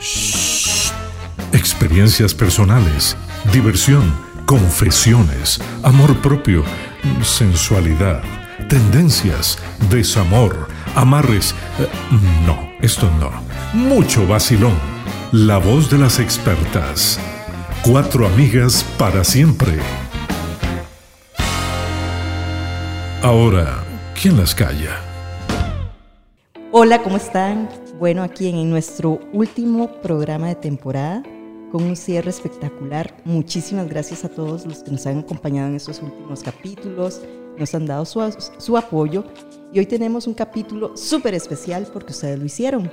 Shh. Experiencias personales, diversión, confesiones, amor propio, sensualidad, tendencias, desamor, amarres. Eh, No, esto no. Mucho vacilón. La voz de las expertas. Cuatro amigas para siempre. Ahora, ¿quién las calla? Hola, ¿cómo están? Bueno, aquí en nuestro último programa de temporada, con un cierre espectacular. Muchísimas gracias a todos los que nos han acompañado en estos últimos capítulos, nos han dado su, su apoyo y hoy tenemos un capítulo súper especial porque ustedes lo hicieron.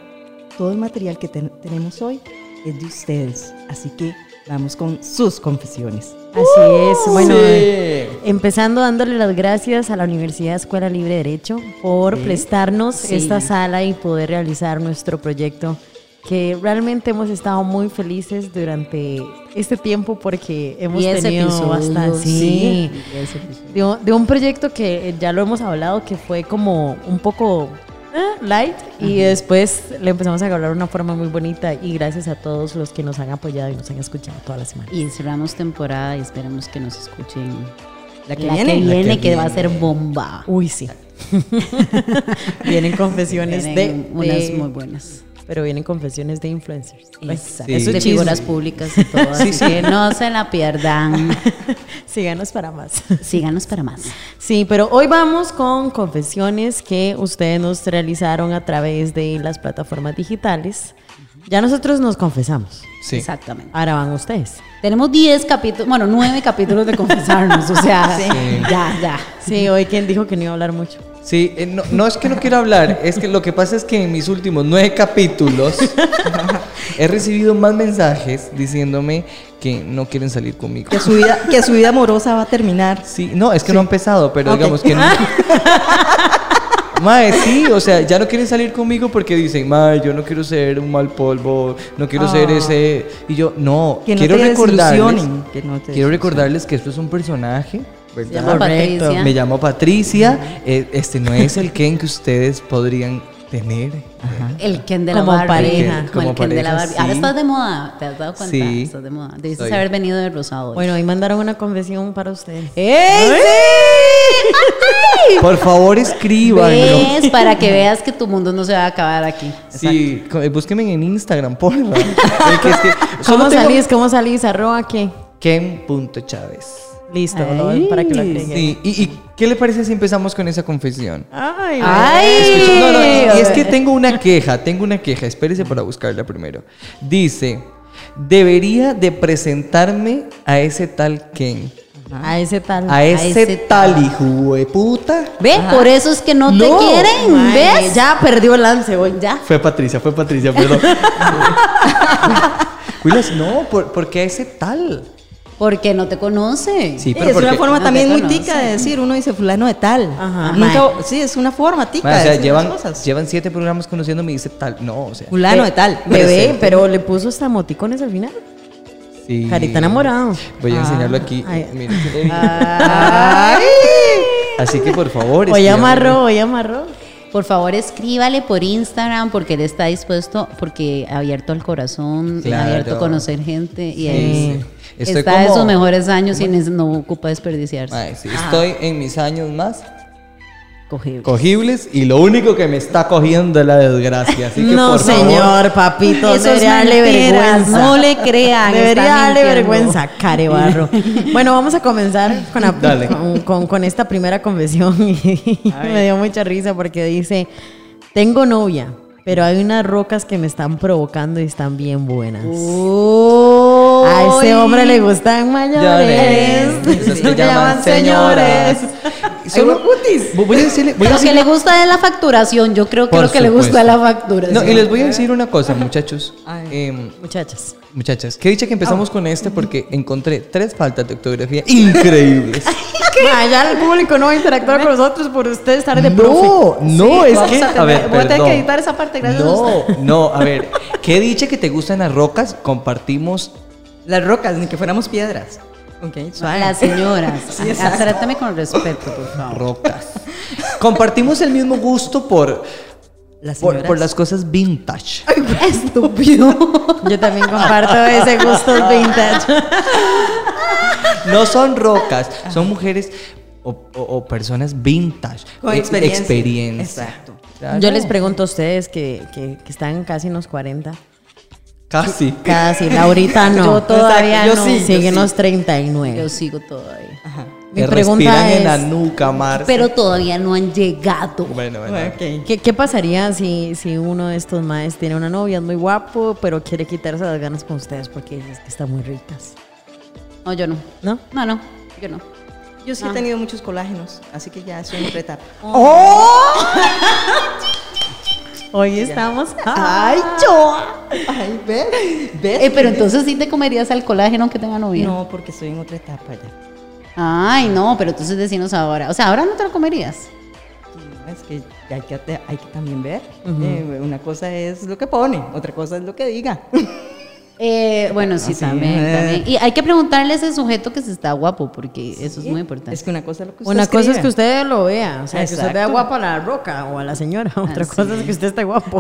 Todo el material que ten- tenemos hoy es de ustedes, así que vamos con sus confesiones. Así es, bueno, ¡Uh! Sí. empezando dándole las gracias a la Universidad Escuela Libre de Derecho por prestarnos esta sala y poder realizar nuestro proyecto, que realmente hemos estado muy felices durante este tiempo porque hemos Diez tenido episodios, bastante... sí. de, un- de un proyecto que eh, ya lo hemos hablado, que fue como un poco eh, light y después le empezamos a hablar de una forma muy bonita y gracias a todos los que nos han apoyado y nos han escuchado toda la semana. Y cerramos temporada y esperemos que nos escuchen. La que viene. que La que que va a ser bomba. Uy, sí. vienen confesiones Vienen de, unas de- muy buenas. Pero vienen confesiones de influencers. Pues, Exacto. Eso de es chisme. figuras públicas y todo. Así que no se la pierdan. Síganos para más. Síganos para más. Sí, pero hoy vamos con confesiones que ustedes nos realizaron a través de las plataformas digitales. Ya nosotros nos confesamos. Sí. Exactamente. Ahora van ustedes. Tenemos 10 capítulos, bueno, 9 capítulos de confesarnos. O sea, ya, ya. Sí, hoy quien dijo que no iba a hablar mucho. Sí, eh, no, no es que no quiero hablar, es que lo que pasa es que en mis últimos nueve capítulos he recibido más mensajes diciéndome que no quieren salir conmigo. Que su vida, que su vida amorosa va a terminar. Sí, no, es que no han empezado, pero Ok. digamos que no. Mae, sí, o sea, ya no quieren salir conmigo porque dicen, mae, yo no quiero ser un mal polvo, no quiero ser ese. Y yo, no, Ah. Que no quiero te recordarles. desilusionen, que no te quiero desilusionen. recordarles que esto es un personaje. Se ¿verdad? llama Patricia. Me llamo Patricia. eh, este no es el Ken que ustedes podrían tener. El Ken de la Como Barbie. pareja. Como el Como Ken de la pareja, Barbie. sí. Ahora estás de moda. ¿Te has dado cuenta? Sí. Estás de moda. Debiste Soy. haber venido de Eh, rosado. hoy. Bueno, hoy mandaron una confesión para ustedes. ¡Ey! Por favor, escríbanlo. ¿Ves? Para que veas que tu mundo no se va a acabar aquí. Sí, co- eh, búsquenme en Instagram, por favor. El que es que- ¿Cómo solo tengo salís? ¿Cómo salís? ¿Arroba qué? Ken.Chávez. Listo, ¿no? para que lo agreguen. Sí, Ah. ¿Y, y qué le parece si empezamos con esa confesión? Ay, ¡Ay! No, no, y es a que ver. tengo una queja, tengo una queja, espérese para buscarla primero. Dice, debería de presentarme a ese tal Ken, a ese tal. a ese, ese tal hijo de puta. Ve, por eso es que no, te No, quieren. madre, ¿Ves? Ya perdió el lance hoy. Ya. Fue Patricia, fue Patricia, perdón. Willas, no, ¿por, ¿por qué a ese tal? Porque no te conoce. Sí, pero es porque... una forma No también te muy conoce. tica de decir, uno dice fulano de tal. Ajá. Nunca, sí, es una forma tica Ma, o de sea, decir llevan, las cosas. llevan siete programas conociéndome y dice tal. No, o sea. fulano de tal. Bebé, Presente. pero le puso hasta emoticones al final. sí. Carita enamorado. Voy a enseñarlo aquí. eh, Ay. Miren. Así que por favor. Hoy escríbanme. amarró, hoy amarró. Por favor, escríbale por Instagram porque él está dispuesto, porque abierto al corazón, Claro. abierto a conocer gente y Sí, ahí sí. Estoy está en como- sus mejores años y nes- no ocupa desperdiciarse. Ay, sí, estoy en mis años más Cogible. cogibles y lo único que me está cogiendo es la desgracia. Así que No, por favor, señor, papito. Eso es debería darle mentiras, vergüenza. no le crean, Debería está darle mintiendo. vergüenza, carebarro. bueno, vamos a comenzar con, la- Dale. con, con- con esta primera confesión. y me dio mucha risa porque dice: Tengo novia, pero hay unas rocas que me están provocando y están bien buenas. Oh. A ese hombre le gustan mayores. llores. Esos que Le llaman señores. Solo- Vo- Voy a decirle. Voy a Lo que decirle- le gusta es la facturación. Yo creo que Por lo que le gusta es la supuesto. facturación. No, y les voy a decir una cosa, muchachos. Em, Muchachas. Muchachas, que dicha que empezamos Ah. con este porque encontré tres faltas de ortografía increíbles. Allá el público no va a interactuar con nosotros por usted estar de profe. No, no, es vamos que. a tener- a ver, voy a tener que perdón. editar esa parte, gracias a No, no, a ver. ¿Qué dicha que te gustan las rocas? Compartimos. Las rocas, ni que fuéramos piedras. Ok, suave. Las señoras, Ah, a- trátame con respeto, por favor. Rocas. Compartimos el mismo gusto por Las Por, señoras. por las cosas vintage. Estúpido. Yo también comparto ese gusto vintage. No son rocas, Ah. son mujeres o, o- o personas vintage. Con eh, experiencia. experiencia. Exacto. Claro. Yo les pregunto a ustedes que, que- que están casi en los 40. Casi. Casi, Laurita no. Yo todavía Exacto, yo no. Sí, Sigue siguen en los los 39. Yo sigo todavía. Ajá. Mi Te pregunta respiran en es- la nuca, Marce. Pero todavía no han llegado. Bueno, bueno. Ok. ¿Qué, qué pasaría si, si uno de estos maes tiene una novia, es muy guapo, pero quiere quitarse las ganas con ustedes porque dices que están muy ricas? No, yo no. ¿No? No, no, yo no. Yo sí he Ah. tenido muchos colágenos, así que ya soy otra etapa. Hoy estamos. Choa! Ah. Ay, ¿ves? ¿Ves? Eh, pero entonces sí te comerías al colágeno que tenga novia. No, porque estoy en otra etapa ya. Ay, no, pero entonces decinos ahora. O sea, ahora no te lo comerías. Es que hay que, hay que también ver. Eh, una cosa es lo que pone, otra cosa es lo que diga. Eh, bueno, sí, también, también. Y hay que preguntarle a ese sujeto que se está guapo, porque eso es muy importante. Es que una cosa es lo que usted pues Una cosa es que escribe. usted lo vea, o sea, que usted vea Exacto. guapa a la roca o a la señora, otra Así cosa es que usted esté guapo.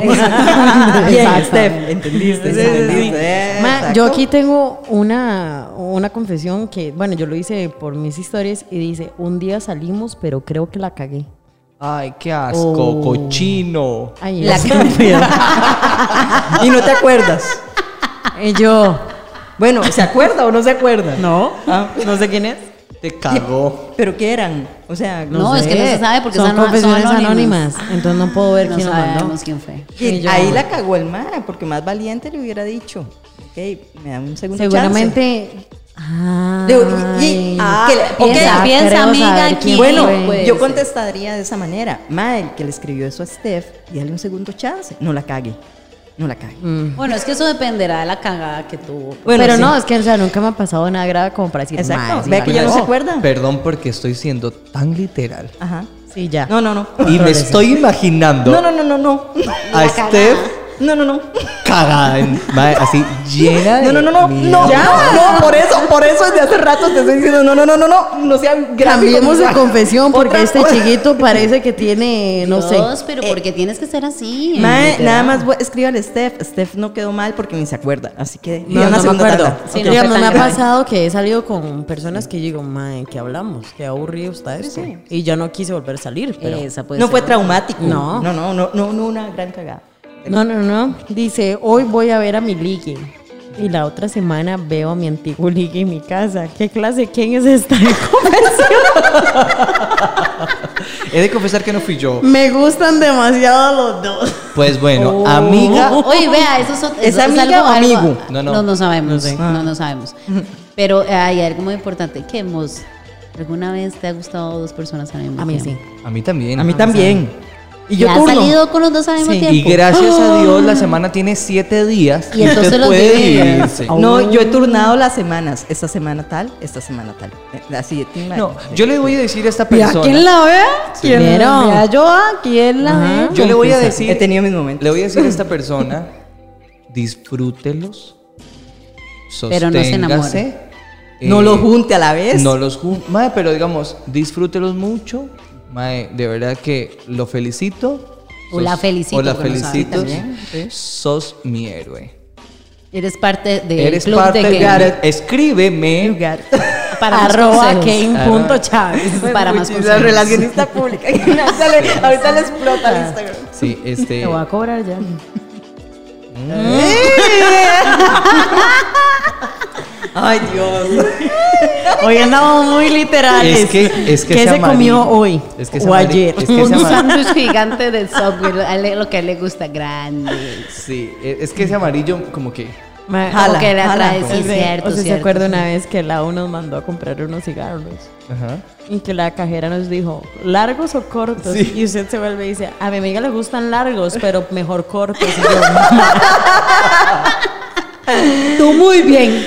Bien, Exactamente. Steph, entendiste. Sí, sí, sí. entendiste. Ma, Exacto. yo aquí tengo una, una confesión que, bueno, yo lo hice por mis historias y dice, un día salimos, pero creo que la cagué. Ay, qué asco, Oh. cochino. Ay, La estúpida. Y no te acuerdas. y yo, Bueno, ¿se acuerda o no se acuerda? no, no sé quién es. Te cagó. ¿Pero qué eran? O sea, No, es que no se sabe porque son son- son confesiones anónimas. anónimas. entonces no puedo ver no quién lo mandó. sabemos quién fue. que Sí, yo- ahí la cagó el ma, porque más valiente le hubiera dicho. Ok, me da un segundo Seguramente. Ay, De- y- y- que le- Ah, piensa, ok, piensa, creo amiga, saber quién aquí. Bueno, fue. pues. puede yo ser. contestaría de esa manera. Ma, el que le escribió eso a Steph, dale un segundo chance. No la cague. No la cague. Bueno, es que eso dependerá de la cagada que tuvo. Bueno, pero sí. no, es que o sea, nunca me ha pasado nada grave como para decir Exacto. "Mae, sí, Ve la que ya no cagó". se acuerda. Perdón porque estoy siendo tan literal. Ajá. Sí, ya. No, no, no. Y me estoy imaginando No, no, no, no, no. a Steph No, no, no. cagada, en- mae, así llena de No, no, no, no. mierda. No, no, por eso, por eso desde hace rato te estoy diciendo, no, no, no, no, no. No sea gráfico. Cambiemos de confesión porque Otra- este chiquito parece que tiene, no Dios, sé. Eh, pero ¿por qué tienes que ser así? eh, Ma, Literal. nada más voy- escríbale a Steph. Steph no quedó mal porque ni se acuerda. Así que dio No, una no me segunda acuerdo. tanda. Sí, Ok. no fue Digamos, tan me ha grave. pasado que he salido con personas que yo digo, mae, ¿qué hablamos? Qué aburrido está esto. Y yo no quise volver a salir, pero... Esa puede No ser fue otra. traumático. No. No, no, no, no, no, una gran cagada. No, no, no. Dice, hoy voy a ver a mi ligue. Y la otra semana veo a mi antiguo ligue en mi casa. ¿Qué clase? ¿Quién es esta? He de confesar que no fui yo. Me gustan demasiado los dos. Pues bueno, Oh. amiga. Oye, vea, eso es, ot- ¿Es eso es amiga algo, o algo- amigo? Ah. No, No, no. no, sabemos. No, no, sabemos. Pero eh, hay algo muy importante. ¿Qué hemos? ¿Alguna vez te ha gustado dos personas al mismo A mí sí. tiempo? A mí también. A mí también. Y ¿Y yo has turno. salido con los dos al mismo Sí. tiempo? Ah. Y gracias a Dios la semana tiene siete días. Y entonces usted los puede divide. dividirse. Oh. No, yo he turnado las semanas. Esta semana tal, esta semana tal. Eh, Así de timba. No, yo le voy a decir a esta persona. la vea? ¿Quién Vieron. vea yo? ¿A quién la Ajá. vea? Yo le voy a He decir. tenido mis momentos. Le voy a decir a esta persona, disfrútelos, Pero no se enamoren. sosténgase, eh, No lo junte a la vez. No los jun- Mae, pero digamos, disfrútelos mucho. Mae, de verdad que lo felicito. O la felicito, O la porque no sabe ¿eh? felicito. también, sí. Sos mi héroe. Eres parte del Eres club parte de de que- Escríbeme. lugar. para más Arroba consejos. Kane punto Chávez. Para más Muchísima consejos. relacionista pública. ahorita, le, ahorita le explota el Instagram. Sí, este. Te voy a cobrar ya. Mm. Ay, Dios. Hoy andamos muy literales. Es que- es que ¿Qué ese se comió amarillo- hoy? es que ese o amarillo- ayer. es que ese Un Llama- sándwich gigante de Subway, a él- lo que a él le gusta, grande. Sí, e, es que ese amarillo, como que. Ma- Jala, Como que le jala. atrae, sí, O sea, cierto, o sea, se cierto. acuerda una vez que la U nos mandó a comprar unos cigarros. Ajá. Y que la cajera nos dijo, ¿largos o cortos? Sí. Y usted se vuelve y dice, a mi amiga le gustan largos, pero mejor cortos. Y yo, Tú muy bien.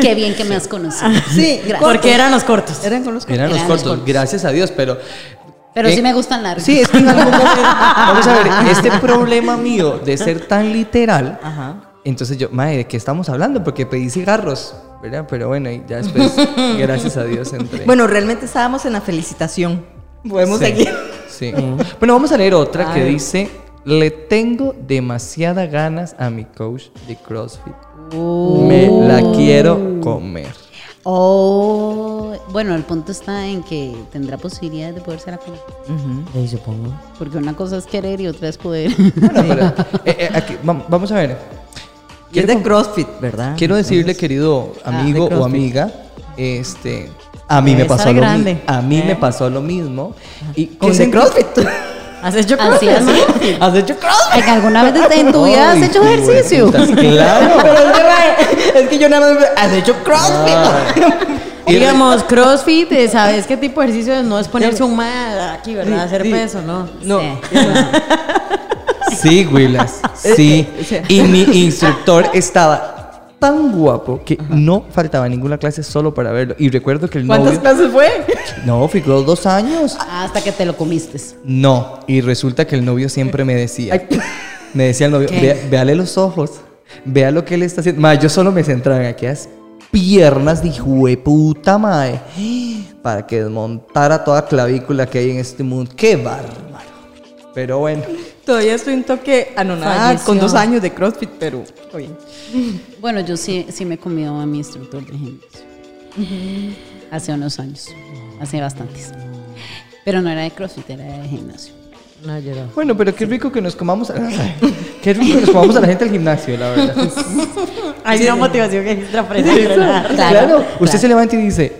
Qué bien que me has conocido. Sí, gracias. porque eran los cortos. Eran con los Eran Eran los los cortos, cortos. gracias a Dios, pero. Pero Eh, sí me gustan largos. Sí, es que en algún momento. Vamos a ver, este problema mío de ser tan literal. Ajá. Entonces yo, madre, ¿de qué estamos hablando? Porque pedí cigarros, ¿verdad? Pero bueno, y ya después, gracias a Dios, entré. Bueno, realmente estábamos en la felicitación. Podemos Sí, seguir. Mm. Sí. Bueno, vamos a leer otra que dice: Le tengo demasiadas ganas a mi coach de CrossFit. Me la quiero comer. O, Oh, bueno, el punto está en que tendrá posibilidades de poderse la comer. Sí, supongo. Porque una cosa es querer y otra es poder. Bueno, pero eh, eh, aquí, vam- vamos a ver. Y es de CrossFit, ¿verdad? Ah, Quiero decirle, querido amigo de o CrossFit. amiga, este, a mí me Debe pasó estar lo grande. mismo. A mí me pasó lo mismo. Y Eh. Con que de se- CrossFit. ¿Has hecho Así, crossfit? así. ¿Has hecho cross? Ay, que ¿Alguna vez en tu vida has Ay, hecho hijo de ejercicio? putas, Claro. Pero el tema es que yo nada más... ¿Has hecho Ah. CrossFit? Digamos, crossfit, eh, ¿sabes qué tipo de ejercicio? No es ponerse un ma aquí, ¿verdad? Hacer Sí. peso, ¿no? No. Sí. Sí, Willas, Eh, sí. Y mi instructor estaba tan guapo que no faltaba ninguna clase solo para verlo. Y recuerdo que el ¿Cuántas novio... clases fue? No, ficó dos años. Hasta que te lo comiste. No, y resulta que el novio siempre me decía, me decía el novio, "Vea- véale los ojos, vea lo que él está haciendo. Ma, yo solo me centraba en aquellas piernas de hijo de puta madre, para que desmontara toda clavícula que hay en este mundo. ¡Qué bárbaro! Pero bueno, Todavía estoy en toque anonadada Falleció. Ah, con dos años de CrossFit, pero... Oye. Bueno, yo sí, sí me he comido a mi instructor de gimnasio. Hace unos años. Hace bastantes. Pero no era de CrossFit, era de gimnasio. No, yo no. bueno, pero qué rico que nos comamos, a, qué rico que nos comamos a la gente al gimnasio, la verdad. Hay una motivación extra para entrenar. Claro, usted se levanta y dice,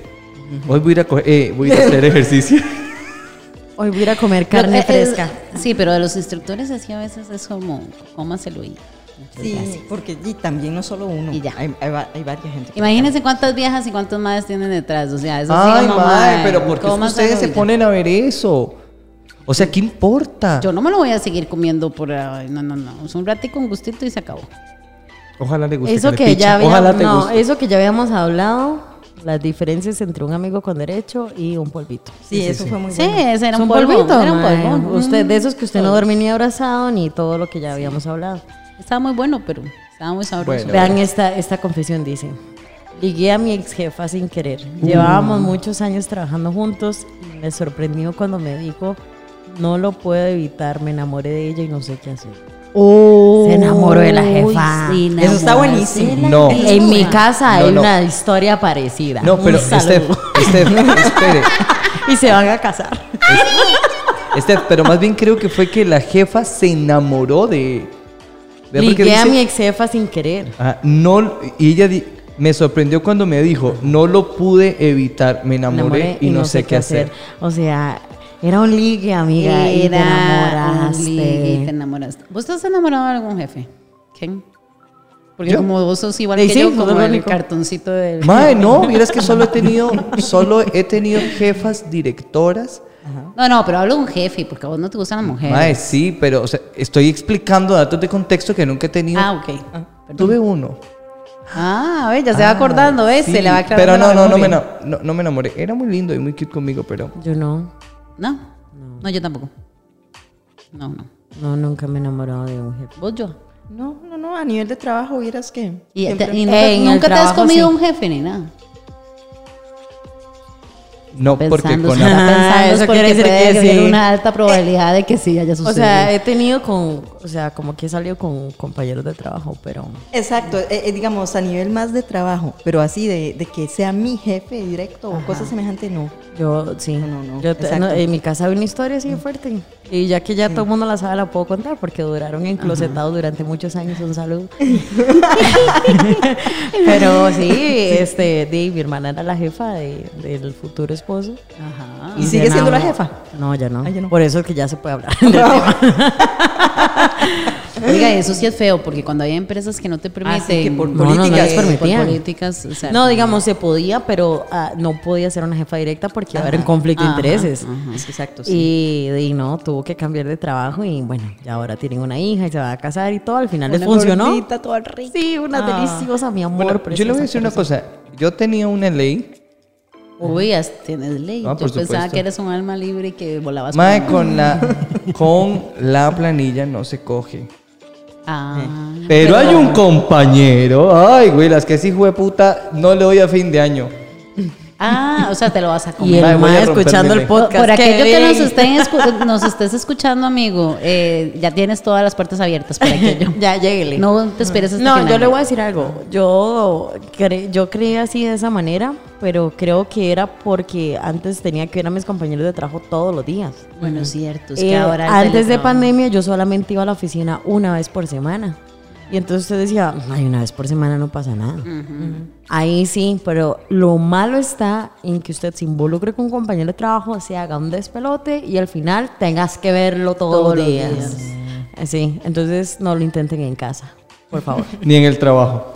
hoy voy a ir a, coger- eh, voy a ir a hacer ejercicio. Hoy voy a ir a comer carne Lo- eh, fresca. eh, sí, pero de los instructores así a veces es como, cómaselo y. muchas Sí, gracias. porque y también no solo uno. Y ya. Hay, hay va- hay varias gente. que- Imagínense cuántas viejas y cuántos madres tienen detrás. O sea, eso sí, eh, Ay, como, mae, mae, pero ¿por qué es que cómaselo ustedes se y ya. ponen a ver eso? O sea, ¿qué importa? Yo no me lo voy a seguir comiendo por. ay, No, no, no. Es un ratito con gustito y se acabó. Ojalá le guste. Eso le que, piche. ya Ojalá habíamos, te no, guste. eso que ya habíamos hablado, las diferencias entre un amigo con derecho y un polvito. Sí, eso fue muy Sí, bueno. ese era ¿Es un polvo. Era un mae? polvo. Usted, de esos que usted no duerme ni abrazado, ni todo lo que ya habíamos hablado. Estaba muy bueno, pero estaba muy sabroso. Bueno. Vean esta, esta confesión, dice. Ligué a mi ex jefa sin querer. Llevábamos Mm. muchos años trabajando juntos y me sorprendió cuando me dijo, no lo puedo evitar, me enamoré de ella y no sé qué hacer. Se enamoró de la jefa. Eso está buenísimo. No. En mi casa No, hay no. una historia parecida. No, Un pero este Steph, saludo. Steph, espere. y se van a casar. Steph, pero más bien creo que fue que la jefa se enamoró de. ¿Ve? Porque Ligué a dice- mi ex jefa sin querer. Ajá, no, y ella di- me sorprendió cuando me dijo, no lo pude evitar, me Me enamoré, y, no, sé qué hacer. O sea, era un ligue, amiga. y te Era un enamoraste. ligue y te enamoraste. ¿Vos estás enamorado de algún jefe? ¿Quién? Porque ¿Yo? como vos sos igual Sí, que sí, yo, sos como lo el único. cartoncito del... Mae, no, vieras que solo he tenido, solo he tenido jefas directoras. No, no, pero hablo de un jefe, porque a vos no te gustan las mujeres. Mae, sí, pero o sea, estoy explicando datos de contexto que nunca he tenido. Ah, ok. Tuve uno. Ah, a ver, ya se va acordando, ¿ves? Sí, Pues, Se le va aclarando Pero no, la no, no me, memoria. ena- no, no me enamoré. Era muy lindo y muy cute conmigo, pero. Yo no. ¿No? No, yo tampoco. No, no. No, nunca me he enamorado de un jefe. ¿Vos yo? No, no, no. A nivel de trabajo, vieras que. Y, siempre- te- y nunca, Eh, en el nunca te has trabajo, comido sí. un jefe ni nada. No, porque Pensando, con si está la- Ah, pensando, eso es porque quiere decir puede que haber sí. una alta probabilidad de que sí haya O sucedido. sea, he tenido con, o sea, como que he salido con compañeros de trabajo, pero Exacto, eh, eh, digamos, a nivel más de trabajo, pero así de, de que sea mi jefe directo o cosas semejantes, no. yo sí. No, no, no, Yo te- exacto. no, en mi casa hay una historia así de fuerte. Y ya que ya todo el mundo la sabe, la puedo contar porque duraron enclosetados durante muchos años. Un saludo. pero sí, este, di, mi hermana era la jefa de- del futuro esposo. Ajá. Ah. ¿Y se sigue siendo la enamoró. jefa? No, ya no. Ah, ya no. Por eso es que ya se puede hablar. del tema. Oiga, eso sí es feo, porque cuando hay empresas que no te Ah, permiten. sí, que por eh, No, no, no políticas, les por permitían. políticas, o sea, No, digamos, se podía, pero ah, no podía ser una jefa directa porque iba a haber un conflicto Ajá, de intereses. Sí, Exacto, sí. Y, y no, tuvo que cambiar de trabajo y bueno, ya ahora tienen una hija y se va a casar y todo. Al final les Una funcionó. gordita, toda rica. Sí, una Ah. deliciosa, mi amor. Bueno, yo le voy a decir una cosa. Yo tenía una ley. Uy, ya tienes ley. Ah, Yo por pensaba supuesto. que eres un alma libre y que volabas. Mae, por ahí. con la, con la planilla no se coge. Ah. Pero hay un compañero. Ay, güey, las que sí, hijo de puta, no le doy a fin de año. Ah, o sea, te lo vas a Y comer. Ma, el voy a mae romper escuchando mi el ley. podcast. Por aquello que ven. nos, estén escu- nos estés escuchando, amigo, eh, ya tienes todas las puertas abiertas para aquello. Ya, lléguele. No te esperes hasta No, final. yo le voy a decir algo. Yo, cre- yo creí así de esa manera, pero creo que era porque antes tenía que ver a mis compañeros de trabajo todos los días. Bueno, cierto, es Eh, que ahora... el antes de teléfono- pandemia yo solamente iba a la oficina una vez por semana. Y entonces usted decía, ay, una vez por semana no pasa nada. Ahí sí, pero lo malo está en que usted se involucre con un compañero de trabajo, se haga un despelote y al final tengas que verlo todos, Todos los los días. días. Eh, Sí, entonces no lo intenten en casa, por favor. Ni en el trabajo.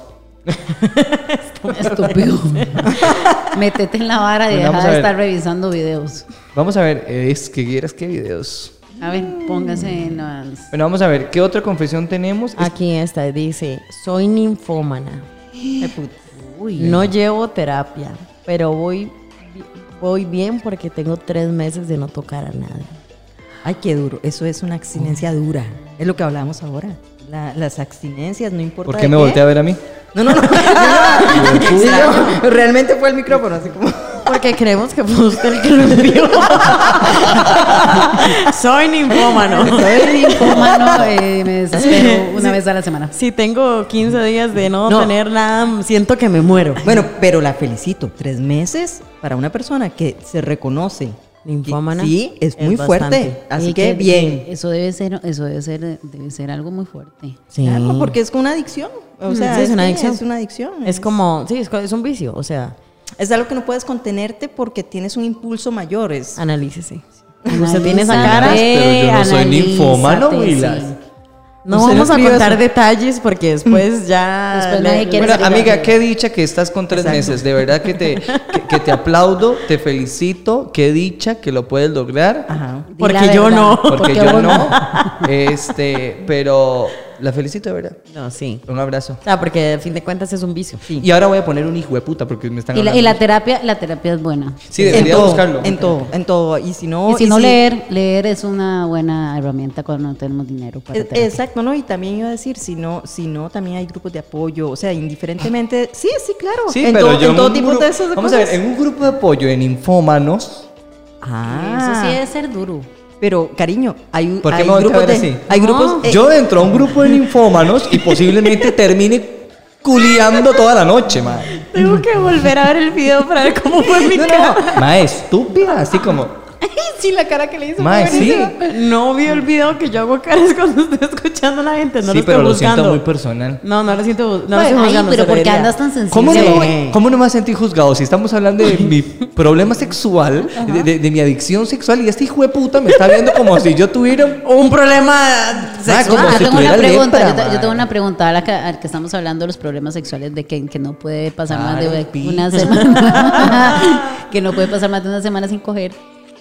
Estúpido. Métete en la vara y Bueno, deja Pues vamos a de ver. estar revisando videos. Vamos a ver, eh, es que quieras que videos. A ver, póngase en las... Bueno, vamos a ver, ¿qué otra confesión tenemos? Es- Aquí está, dice, soy ninfómana. No llevo terapia, pero voy, voy bien porque tengo tres meses de no tocar a nadie. Ay, qué duro. Eso es una abstinencia dura. Es lo que hablábamos ahora. La- las abstinencias, no importa. ¿Por de qué me volteé a ver a mí? No, no, no. Sí, no, Realmente fue el micrófono, así como. Porque creemos que fue usted el que lo envió. Soy ninfómano. Soy ninfómano, eh, me desespero una vez a la semana. Si tengo 15 días de no, No. tener nada, siento que me muero. Bueno, pero la felicito. Tres meses para una persona que se reconoce. Ninfómana. Sí, es, Es muy fuerte. bastante. Así Y que, bien. Eso debe ser, eso debe ser, debe ser algo muy fuerte. Sí. Mm, Claro, porque es una adicción. O sea, Sí, es es, una que adicción. es una adicción. Es como, sí, es, co- es un vicio, o sea, Es algo que no puedes contenerte porque tienes un impulso mayor. Es, analícese. Como usted tiene esa Ah, Analízate, cara, Pero yo no soy ninfómano, analízate, Wilas. sí. no Usted vamos a escribió contar eso. detalles porque después ya... Después le- nadie quiere Bueno, ser amiga, grande. qué dicha que estás con tres meses. De verdad que te, que, que te aplaudo, te felicito. Qué dicha que lo puedes lograr. Ajá. Di Porque la yo verdad. no. Porque, Porque yo vos no. Este, pero la felicito de verdad. No, sí. Un abrazo. O sea, porque a fin de cuentas es un vicio. Y ahora voy a poner un hijo de puta porque me están Y la, hablando. y la terapia, la terapia es buena. Sí, debería todo, buscarlo. En todo, en todo. Y si no. y si no leer, leer es una buena herramienta cuando no tenemos dinero para Eh, terapia. Exacto, ¿no? Y también iba a decir, si no, si no, también hay grupos de apoyo, o sea, indiferentemente, sí, sí, claro, Sí, en, pero todo- yo en todo un tipo gru- de esas de Vamos cosas. a ver, en un grupo de apoyo en infómanos. Ah, Eso sí debe ser duro. pero cariño, hay, un- ¿Por qué hay me voltea a grupos de, ver así? hay No. grupos, eh, Yo entro a un grupo de ninfómanos y posiblemente termine culiando toda la noche, madre. Tengo que volver a ver el video para ver cómo fue mi No, no, mae, estúpida, así como. sí, la cara que le hizo. Mae, sí. No vio el video que yo hago caras cuando estoy escuchando a la gente. No sí, lo pero estoy lo siento buscando. muy personal. no, no lo siento. bu- No lo Ay, estoy buscando. pero ¿por qué andas tan sensible? ¿Cómo, Sí. no, me- ¿Cómo no me vas a sentir juzgado? Si estamos hablando de mi problema sexual, de, de- de mi adicción sexual, y este hijo de puta me está viendo como si yo tuviera. Un problema sexual. como Ah, si tengo una tuviera pregunta, lepra, yo, te- yo mae. tengo una pregunta ahora que, al que estamos hablando de los problemas sexuales de que, que no puede pasar más Ay, de pi. una semana, que no puede pasar más de una semana sin coger.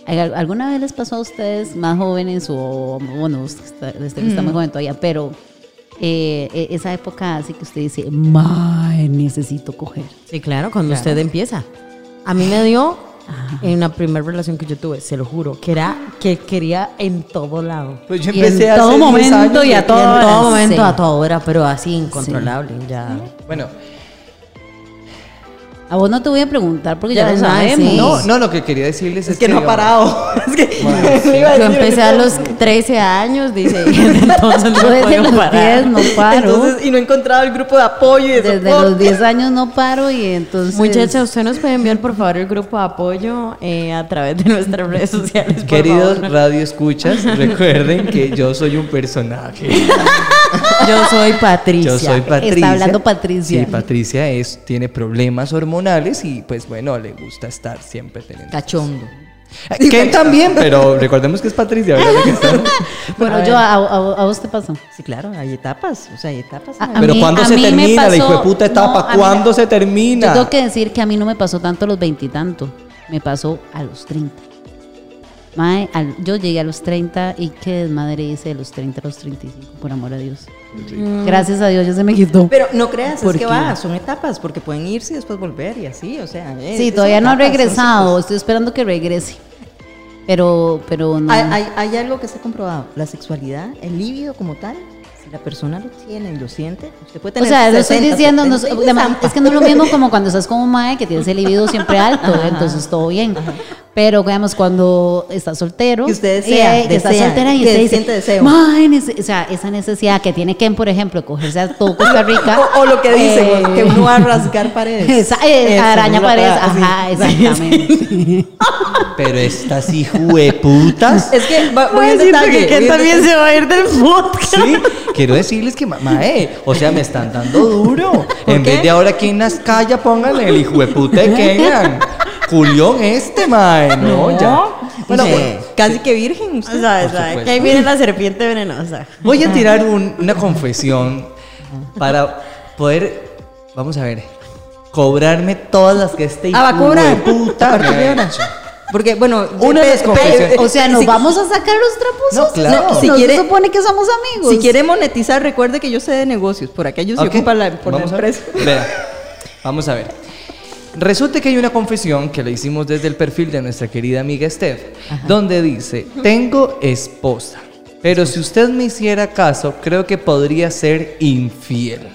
¿Al- ¿Alguna vez les pasó a ustedes más jóvenes o bueno, usted está, usted que está muy joven todavía, pero eh, e- esa época así que usted dice, mae, necesito coger. Sí, claro, cuando usted empieza. A mí me dio en la primera relación que yo tuve, se lo juro, que era que quería en todo lado. Pues yo Y en empecé a todo momento y a Y todo en hora, todo momento, sí. a toda hora, pero así incontrolable. Ya. Bueno, A vos no te voy a preguntar porque ya, Ya lo sabemos. sabes. no, no, lo que quería decirles es, es que no ha yo- parado, es que no iba a Yo decir empecé a ahorita. los 13 años, dice. Entonces no Yo desde puedo los parar. 10 no paro. Entonces, y no he encontrado el grupo de apoyo y de desde soporte. los 10 años no paro y entonces... Muchacha, usted nos puede enviar por favor el grupo de apoyo eh, a través de nuestras redes sociales. por Queridos favor. radio escuchas, recuerden que yo soy un personaje. yo soy Patricia. Yo soy Patricia. hablando Patricia. Sí, Patricia es, tiene problemas hormonales y pues bueno, le gusta estar siempre teniendo. cachondo. Eh, Ken también, pero recordemos que es Patricia, ¿verdad? Que está- Bueno, yo, a, a- a vos te pasó. Sí, claro, hay etapas, o sea, hay etapas. A- a Pero mí- ¿cuándo a se mí me termina la pasó- hijo de puta no, etapa? a mí- ¿Cuándo se Yo termina? tengo que decir que a mí no me pasó tanto a los veintitantos. Me pasó a los 30. Mae, al- yo llegué a los 30 y qué desmadre hice de los 30 a los 35, por amor a Dios. Gracias a Dios ya se me quitó. Pero no creas, es ¿Por que qué? va, son etapas, porque pueden irse y después volver y así, o sea. Eh, es- sí, son todavía no ha etapas, son regresado. Estoy esperando que regrese. Pero, pero no. Hay, hay- hay algo que está comprobado, la sexualidad, el líbido como tal, si la persona lo tiene y lo siente, usted puede O tener. sea, lo estoy 60, diciendo, no- 70 y de ma- zampa. es que no es lo mismo como cuando estás con un mae que tienes el libido siempre alto, entonces todo bien. Pero, digamos, cuando estás soltero, Que usted y, desea, eh, que estás desea, soltera y que usted dice, siente deseo. "Mae, nece- o sea, esa necesidad que tiene Ken, por ejemplo, de cogerse a todo Costa Rica. O, o lo que dicen, eh, que uno va a rasgar paredes. esa- eh, Eso, araña uno va a- paredes, así. ajá, exactamente. Pero estas hijueputas. Es que va- voy Voy a en decir detalle. que Ken voy en también se va a ir del podcast. Sí, quiero decirles que mamá, eh, o sea, me están dando duro. En qué? vez de ahora aquí en las calles, pónganle el hijueputa de Kenan. Julión este, mae, no, ya. detalle. Bueno, Sí. casi que Ah, virgen. usted. O sea, Por o sea, supuesto. que ahí viene la serpiente venenosa. Voy a tirar un- una confesión para poder, vamos a ver, cobrarme todas las que esté Ah, va a cobrar. puta. ¿A partir de ahora? Porque, bueno, Una pe- desconfesión. pe- O sea, nos eh, si- vamos a sacar los trapos. No, claro. si si quiere- se supone que somos amigos. Si quiere monetizar, recuerde que yo sé de negocios. Por aquello se Ok, ocupa la, por la vamos a ver. empresa. Vea, vamos a ver. Resulta que hay una confesión que le hicimos desde el perfil de nuestra querida amiga Steph, donde dice, tengo esposa, pero si usted me hiciera caso, creo que podría ser infiel.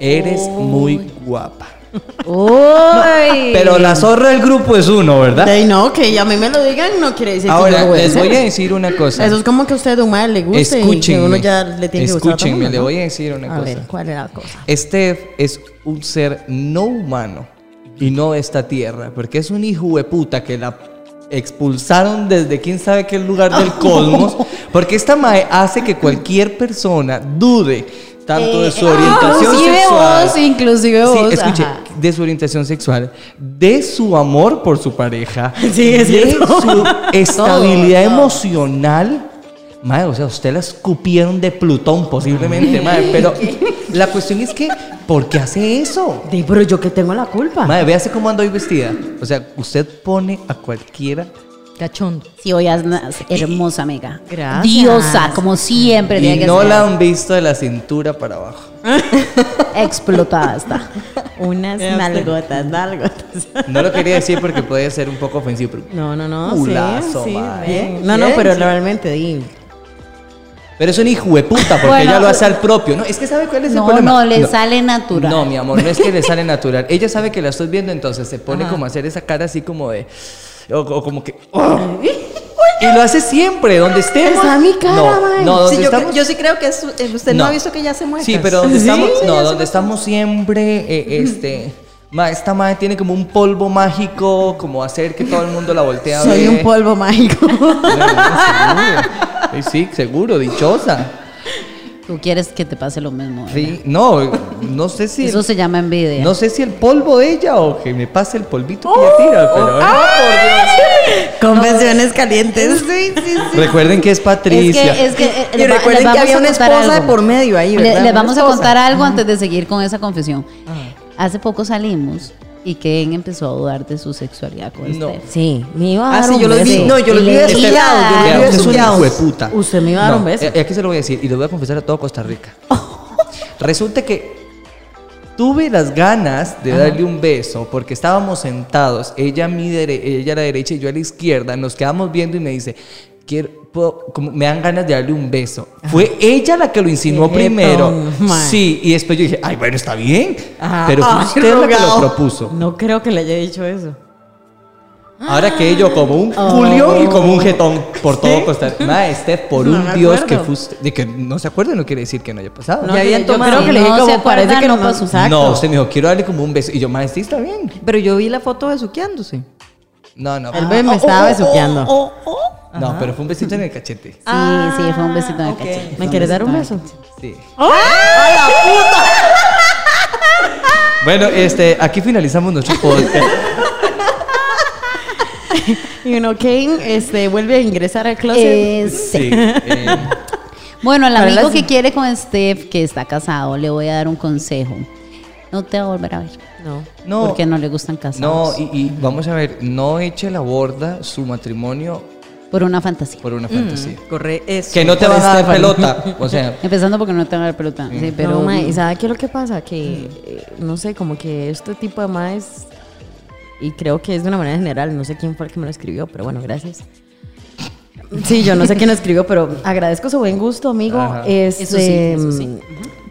Eres muy guapa. ¡Uy! Eh. Pero la zorra del grupo es uno, ¿verdad? Ay, no, que a mí me lo digan no quiere decir que yo Ahora, lo voy a les voy a hacer. decir una cosa. Eso es como que a usted a un mal le guste y que Escúchenme. uno ya le tiene que gustar a todo Escúchenme, mundo, le ¿no? voy a decir una A cosa. ver, ¿cuál era la cosa? Steph es un ser no humano y no de esta tierra, porque es un hijo de puta que la expulsaron desde quién sabe qué lugar del cosmos, porque esta mae hace que cualquier persona dude tanto de Ah, su orientación inclusive sexual. vos, inclusive Sí, vos, escuche, ajá. de su orientación sexual, de su amor por su pareja, Sí, es de cierto. su estabilidad emocional. Madre, o sea, usted la escupieron de Plutón posiblemente, Mm. madre, pero la cuestión es que, ¿por qué hace eso? Di, pero yo que tengo la Ah. culpa. Madre, véase cómo ando hoy vestida. O sea, usted pone a cualquiera Cachondo. Sí, hoy andas hermosa, amiga. Gracias. Diosa, como siempre. y tiene que no ser. la han visto de la cintura para abajo. Explotada está. Unas Ya sé. nalgotas, nalgotas. No lo quería decir porque puede ser un poco ofensivo, pero No, no, no. Culazo, sí, sí, mae. bien. No, no, Bien, pero sí. realmente di. Pero es un hijo de puta, porque Bueno, ella lo hace al propio. No, es que sabe cuál es el No, problema. no, le sale natural. No, mi amor, no es que le sale natural. Ella sabe que la estoy viendo, entonces se pone como a hacer esa cara así como de. O, o como que. "Oh". Y lo hace siempre, donde estemos. Está mi cara, no, mae. no, donde Sí, yo, estamos. yo sí creo que es- eh, usted no. ha visto que ya se muestra. Sí, pero donde estamos. No, donde estamos siempre. eh, este. ma, esta madre tiene como un polvo mágico, como hacer que todo el mundo la voltea a Soy ver. un polvo mágico. Bueno, seguro. Sí, sí, seguro, dichosa. Tú quieres que te pase lo mismo. ¿verdad? Sí, no, no sé si. Eso se llama envidia. No sé si el polvo de ella o que me pase el polvito que ella tira, pero Convenciones calientes. recuerden que es es Patricia. que, es que, eh, Y les va- recuerden les que vamos había a una contar esposa de algo. por medio ahí, Le- ¿verdad? les Una vamos a esposa. contar algo antes de seguir con esa confesión. Hace poco salimos y Ken empezó a dudar de su sexualidad con No. Steph. Sí, me iba a Ah, dar sí, un yo lo vi. beso. No, yo lo Y vi le- Este- desquillado. Yo Vea, lo vi usted es un desquillado. hijo de puta. Usted me iba a dar un beso. eh, Aquí se lo voy a decir y lo voy a confesar a todo Costa Rica. Resulta que tuve las ganas de darle un beso porque estábamos sentados, ella a, mi dere- ella a la derecha y yo a la izquierda, nos quedamos viendo y me dice, quiero, puedo- como, me dan ganas de darle un beso. Fue ella la que lo insinuó Qué jetón, primero. mae. Sí, y después yo dije, ay, bueno, está bien, Ajá. pero fue Ay, usted la que lo rogao. propuso. No creo que le haya dicho eso. Ahora que yo como un Oh. Julio y como un jetón por todo Costa Rica. Mae, Steph, por No un me Dios acuerdo. que fuiste. De que no se acuerda no quiere decir que no haya pasado. No, Ya que habían yo tomado. creo que le No dije se como acuerdan, parece que no no pasó. pasó. No, usted me dijo, quiero darle como un beso. Y yo, mae, sí, está bien. Pero yo vi la foto besuqueándose. Sí, No, Ah, no. El bebé me estaba besuqueando. oh. No, pero fue un besito en el cachete. Sí, sí, fue un besito en Ah, el ok. cachete, fue ¿Me quieres dar un en el beso? cachete. Sí. ¡Oh! ¡Ah! la puta! Bueno, este, aquí finalizamos nuestro podcast. Y uno, Kane, este, vuelve a ingresar al closet. Eh, sí. Sí. eh, Bueno, el Para amigo las- que quiere con Steph, que está casado, le voy a dar un consejo. No te va a volver a ver. no. no. Porque no le gustan casados. No, y, y vamos a ver, no eche la borda su matrimonio Por una fantasía. por Mm. una fantasía. Corre eso. Que no te van a dar Estefan. pelota. O sea, Empezando porque no te va a dar pelota. Sí, pero. Pero, mae, ¿y sabe qué es lo que pasa? Que, eh, no sé, como que este tipo de maes, y creo que es de una manera general, no sé quién fue el que me lo escribió, pero bueno, gracias. Sí, yo no sé quién lo escribió, pero agradezco su buen gusto, amigo. Ajá. Este, Eso sí, eso sí.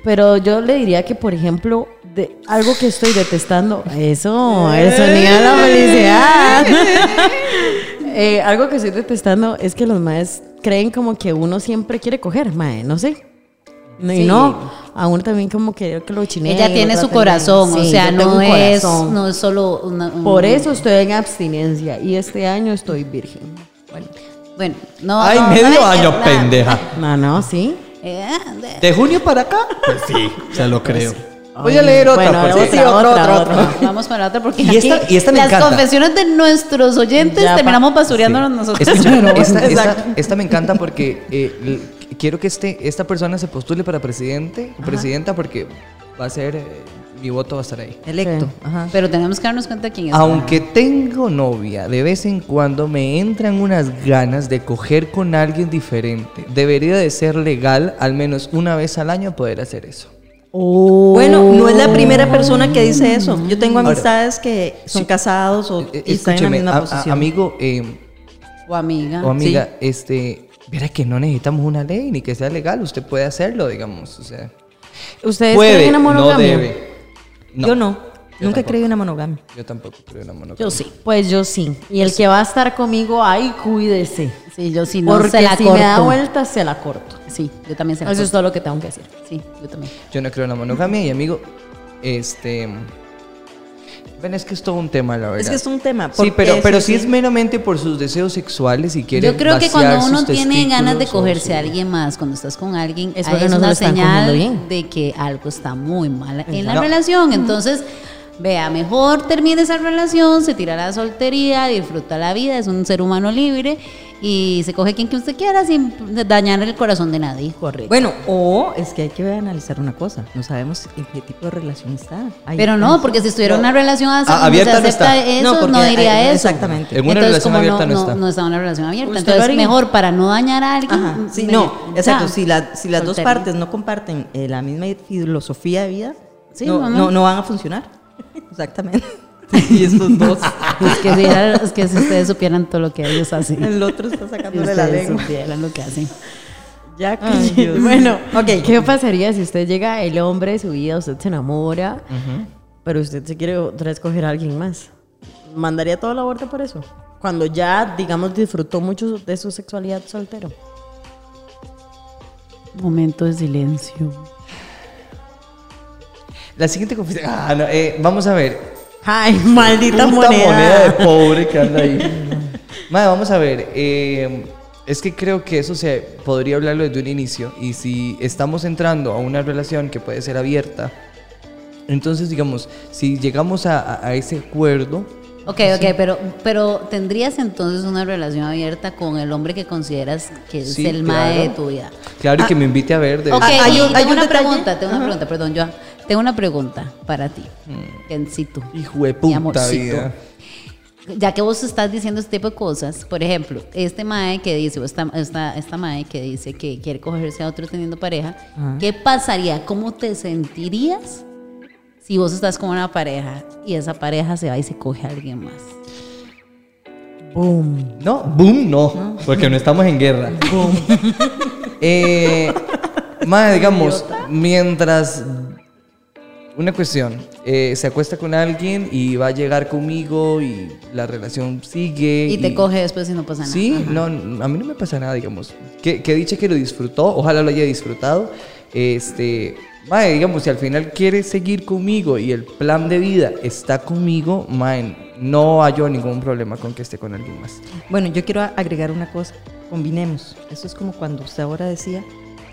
Pero yo le diría que, por ejemplo, de algo que estoy detestando. Eso, el sonido de la felicidad. Eh, algo que estoy detestando es que los maes creen como que uno siempre quiere coger, mae, no sé. No, Y Sí. no, a uno también como que, que lo chineen. Ella lo tiene su traten bien. corazón, o Sí, sea, yo tengo no un es, corazón. no es solo una- un- Por eso estoy en abstinencia y este año estoy virgen. Bueno. Bueno, no. Ay, no, medio no, año, no. pendeja. No, no, sí. Eh, de- ¿De junio para acá? Pues sí, se lo creo. Voy a Ay, leer otra. bueno, pues, otra, sí. otra, otra, Vamos para otra porque Y esta- aquí y esta me las encanta. confesiones de nuestros oyentes Ya, pa- terminamos basureándonos nosotros. Es que esta, esta- Exacto. esta me encanta porque eh, l- quiero que este, esta persona se postule para presidente, presidenta, porque va a ser, eh, mi voto va a estar ahí. Electo. Pero tenemos que darnos cuenta quién es. Aunque tengo novia, de vez en cuando me entran unas ganas de coger con alguien diferente. Debería de ser legal al menos una vez al año poder hacer eso. Oh. Bueno, no es la primera persona que dice eso. Yo tengo amistades que son casados o, Eh, y están en la escúcheme, misma a- a- posición. amigo eh, O amiga. o Oh, amiga, este, verá que no necesitamos una ley ni que sea legal, usted puede hacerlo, digamos. O sea, ¿Ustedes puede, creen en la no monogamia? debe. No, Yo no. Nunca he tampoco. creído en la monogamia. Yo tampoco creo en la monogamia. Yo sí. Pues yo sí. Y el que va a estar conmigo, ay, cuídese. Sí, yo sí no Porque se la si corto. me da vuelta, se la corto. Sí, yo también se la Eso es corto. todo lo que tengo que decir. Sí, yo también. Yo no creo en la monogamia y amigo, este... Ven, es que es todo un tema, la verdad. Es que es un tema. Sí, porque pero, pero si sí. es meramente por sus deseos sexuales y quiere Yo creo que vaciar cuando sus uno tiene testículos ganas de o cogerse su- a alguien más, cuando estás con alguien, Es es, porque es no se lo una están cogiendo señal bien. de que algo está muy mal en la No. Mm. relación. Entonces, vea, mejor termine esa relación, se tira a la soltería, disfruta la vida, es un ser humano libre y se coge quien que usted quiera sin dañar el corazón de nadie. Correcto. Bueno, o es que hay que analizar una cosa. No sabemos en qué tipo de relación está. Ahí Pero no, estamos. porque si estuviera No. una relación así, Ah, abierta se no acepta está. No, eso, no, porque hay- diría eso. exactamente. En una relación como abierta no no, está. No, está una relación abierta. eh, ¿Usted lo Entonces, haría? mejor para no dañar a alguien. Ajá, sí, me- no, ya, exacto. Si, la- si las dos soltero. partes no comparten eh, la misma filosofía de vida, Sí, no, mamá. no, no van a funcionar. Exactamente. Y estos dos. Es Pues que, si era- es que si ustedes supieran todo lo que ellos hacen. El otro está Si sacándole la ustedes lengua. supieran lo que hacen. Ya, Ay, Dios. Bueno, Ok. ¿qué pasaría si usted llega, el hombre de su vida, usted se enamora, pero usted se quiere otra vez coger a alguien más? ¿Mandaría toda la vuelta por eso? Cuando ya, digamos, disfrutó mucho de su sexualidad soltero. Momento de silencio. La siguiente confesión. Ah, no, eh, vamos a ver. Ay, maldita Puta moneda. moneda. de pobre que anda ahí. Madre, vamos a ver. eh, es que creo que eso se podría hablarlo desde un inicio. Y si estamos entrando a una relación que puede ser abierta, entonces, digamos, si llegamos a, a- a ese acuerdo, Ok, ok, pero, pero ¿tendrías entonces una relación abierta con el hombre que consideras que es Sí, el mae de claro. tu vida? claro, y que me invite a ver. de- Ah. Ok, Ah, hay y un- hay tengo un una detalle. pregunta, tengo Ajá. una pregunta, perdón, yo tengo una pregunta para ti, Mm. Kencito. Hijo de Mi puta amorcito. vida. Ya que vos estás diciendo este tipo de cosas, por ejemplo, este mae que dice, o esta, esta, esta mae que dice que quiere cogerse a otro teniendo pareja, ¿qué pasaría? ¿Cómo te sentirías si vos estás con una pareja y esa pareja se va y se coge a alguien más? Boom. No, boom, no, porque no estamos en guerra. Eh, más, digamos, mientras. Una cuestión, eh, se acuesta con alguien y va a llegar conmigo y la relación sigue. Y te coge después y no pasa nada. Sí, Ajá. no, a mí no me pasa nada, digamos. Que, que dicha que lo disfrutó, ojalá lo haya disfrutado. Este, mae, digamos, si al final quiere seguir conmigo y el plan de vida está conmigo, mae, no hallo ningún problema con que esté con alguien más. Bueno, yo quiero agregar una cosa. Combinemos. Eso es como cuando usted ahora decía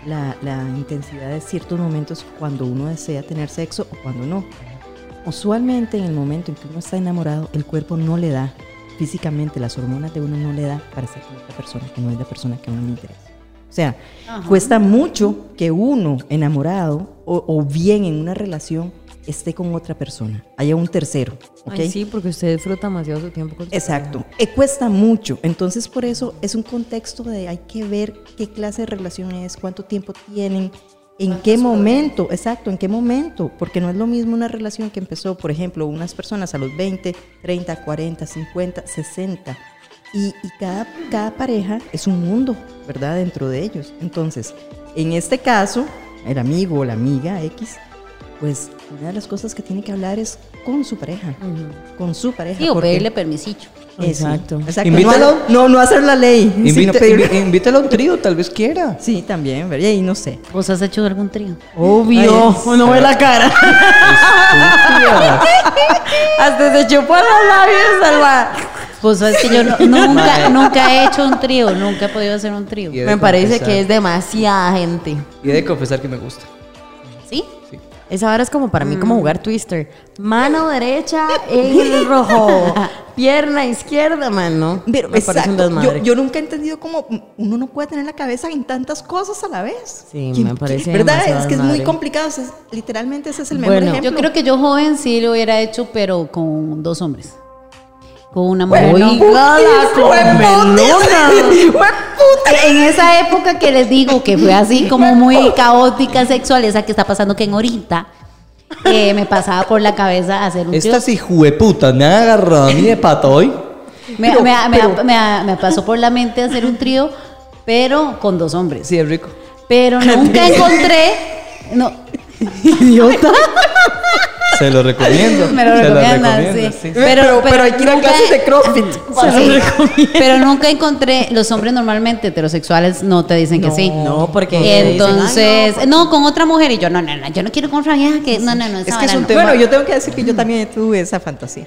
la, la intensidad de ciertos momentos cuando uno desea tener sexo o cuando no. Usualmente en el momento en que uno está enamorado, el cuerpo no le da físicamente, las hormonas de uno no le da para ser con otra persona que no es la persona que a uno le interesa. O sea, cuesta mucho que uno enamorado o, o bien en una relación esté con otra persona, haya un tercero. ¿ok? Ay, sí, porque usted disfruta demasiado su tiempo con su Exacto, Eh, cuesta mucho. Entonces, por eso es un contexto de hay que ver qué clase de relación es, cuánto tiempo tienen, en qué momento, exacto, en qué momento, porque no es lo mismo una relación que empezó, por ejemplo, unas personas a los 20, 30, 40, 50, 60 Y, y cada, cada pareja es un mundo, ¿verdad? Dentro de ellos. Entonces, en este caso, el amigo o la amiga X, pues una de las cosas que tiene que hablar es con su pareja. Con su pareja. Sí, o porque- pedirle permisillo. Eso, Exacto. exacto. Invítalo. No, no, no hacer la ley. sino Invite- pedirle- invi- invítalo a un trío, tal vez quiera. Sí, también, ¿verdad? Y no sé. ¿Vos has hecho algún trío? Obvio, Ay, uno ve la cara. Hasta se chupó los labios, Alba. Pues sabes que yo no- nunca, nunca he hecho un trío, nunca he podido hacer un trío. Y- He de Me parece confesar. que es demasiada gente. Y he de confesar que me gusta. ¿Sí? Esa vara es como para mí Mm. como jugar twister. Mano derecha en el rojo. Pierna izquierda, mano. Pero Me parece un exacto, yo, desmadre. yo nunca he entendido cómo uno no puede tener la cabeza en tantas cosas a la vez. Sí, ¿Quién- me parece quién- ¿Verdad? demasiado Es que es desmadre. muy complicado. o sea, es- literalmente ese es el mejor Bueno, ejemplo. Yo creo que yo joven sí lo hubiera hecho, pero con dos hombres. Con una mujer. no. En esa época que les digo que fue así como muy caótica sexual, esa que está pasando que en ahorita, eh, me pasaba por la cabeza hacer un trío. Estas hijueputas me han agarrado a mí de pato hoy. Me, me- me- me- me pasó por la mente hacer un trío, pero con dos hombres. Sí, es rico. Pero nunca encontré. No, idiota. Se lo recomiendo. Me lo se recomiendan, sí. sí. Pero, pero hay que ir a nunca- clases de CrossFit. Sí, Pero nunca encontré, los hombres normalmente heterosexuales no te dicen que sí. no, porque Entonces, no, con otra mujer y yo, no, no, no, yo no quiero con otra vieja que, no, no, no, esa Es que es vara un no. tema- Bueno, yo tengo que decir que yo también tuve esa fantasía.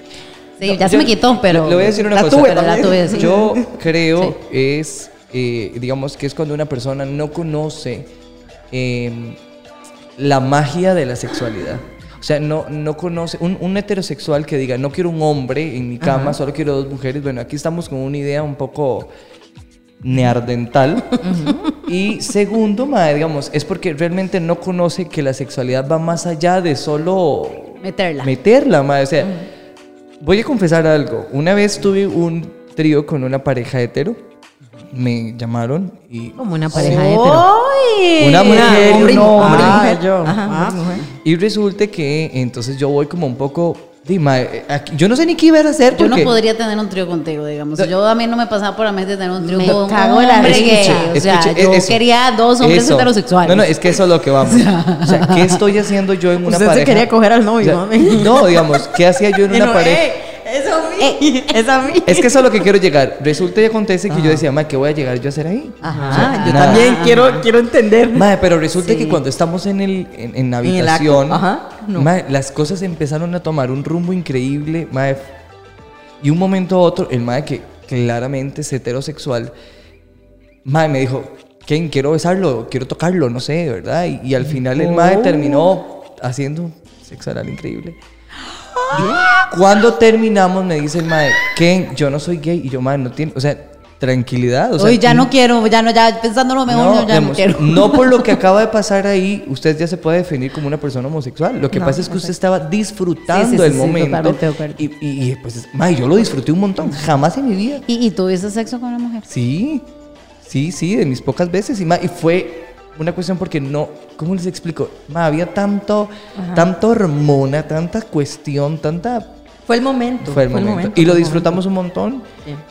Sí, ya se Yo- me quitó, pero. Le voy a decir una la cosa. tuve pero la también. tuve, sí. Yo creo es, eh, digamos que es cuando una persona no conoce eh, la magia de la sexualidad. O sea, no, no conoce, un, un heterosexual que diga, no quiero un hombre en mi cama, solo quiero dos mujeres. Bueno, aquí estamos con una idea un poco neardental. Y segundo, mae, digamos, es porque realmente no conoce que la sexualidad va más allá de solo Meterla. meterla, madre. O sea, voy a confesar algo. Una vez tuve un trío con una pareja hetero. Me llamaron y. Como una pareja Sí. Oh, hetero. Una mujer y un hombre. Ah, yo. Ajá, Ah. hombre y mujer. Y resulta que entonces yo voy como un poco. di, mae, aquí- yo no sé ni qué iba a hacer. Yo no porque- podría tener un trío contigo, digamos. Yo a mí no me pasaba por la mente tener un trío Me con cago un en la hombre leche. gay. O sea, Escuche, yo e- eso. quería dos hombres Eso. heterosexuales. No, no, es que eso es lo que vamos. O sea, ¿qué estoy haciendo yo en una Usted se pareja? quería coger al novio, mami. No, digamos, ¿qué hacía yo en Y una no, pareja? "Eh, es a mí, eh, es a mí". Es que eso es lo que quiero llegar. Resulta y acontece que yo decía, ma, ¿qué voy a llegar yo a hacer ahí? Ajá, yo También quiero, quiero entender. Mae, pero resulta que cuando estamos en, el, en, en la En el acto, habitación, ajá, no. mae, las cosas empezaron a tomar un rumbo increíble, mae. f- Y un momento a otro, el mae que claramente es heterosexual, mae me dijo, Ken, quiero besarlo, quiero tocarlo, no sé, ¿verdad? Y, y al final el mae terminó haciendo sexo oral increíble. Y cuando terminamos me dice el mae, Ken, yo no soy gay. Y yo, mae, no tiene, o sea, tranquilidad. O sea, Uy, ya no quiero, ya no, ya pensándolo mejor, yo ya no digamos, quiero. no por lo que acaba de pasar ahí, usted ya se puede definir como una persona homosexual. Lo que pasa es que usted estaba disfrutando Sí, sí, sí, el sí, momento. totalmente de acuerdo. y, y, y, pues, mae, yo lo disfruté un montón. Jamás en mi vida. ¿Y, y tuviste sexo con una mujer? Sí, sí, sí, de mis pocas veces. Y, mae, y fue una cuestión porque no, ¿cómo les explico? Mae, había tanto, tanto hormona, tanta cuestión, tanta... Fue el momento. Fue el momento. y lo disfrutamos un montón.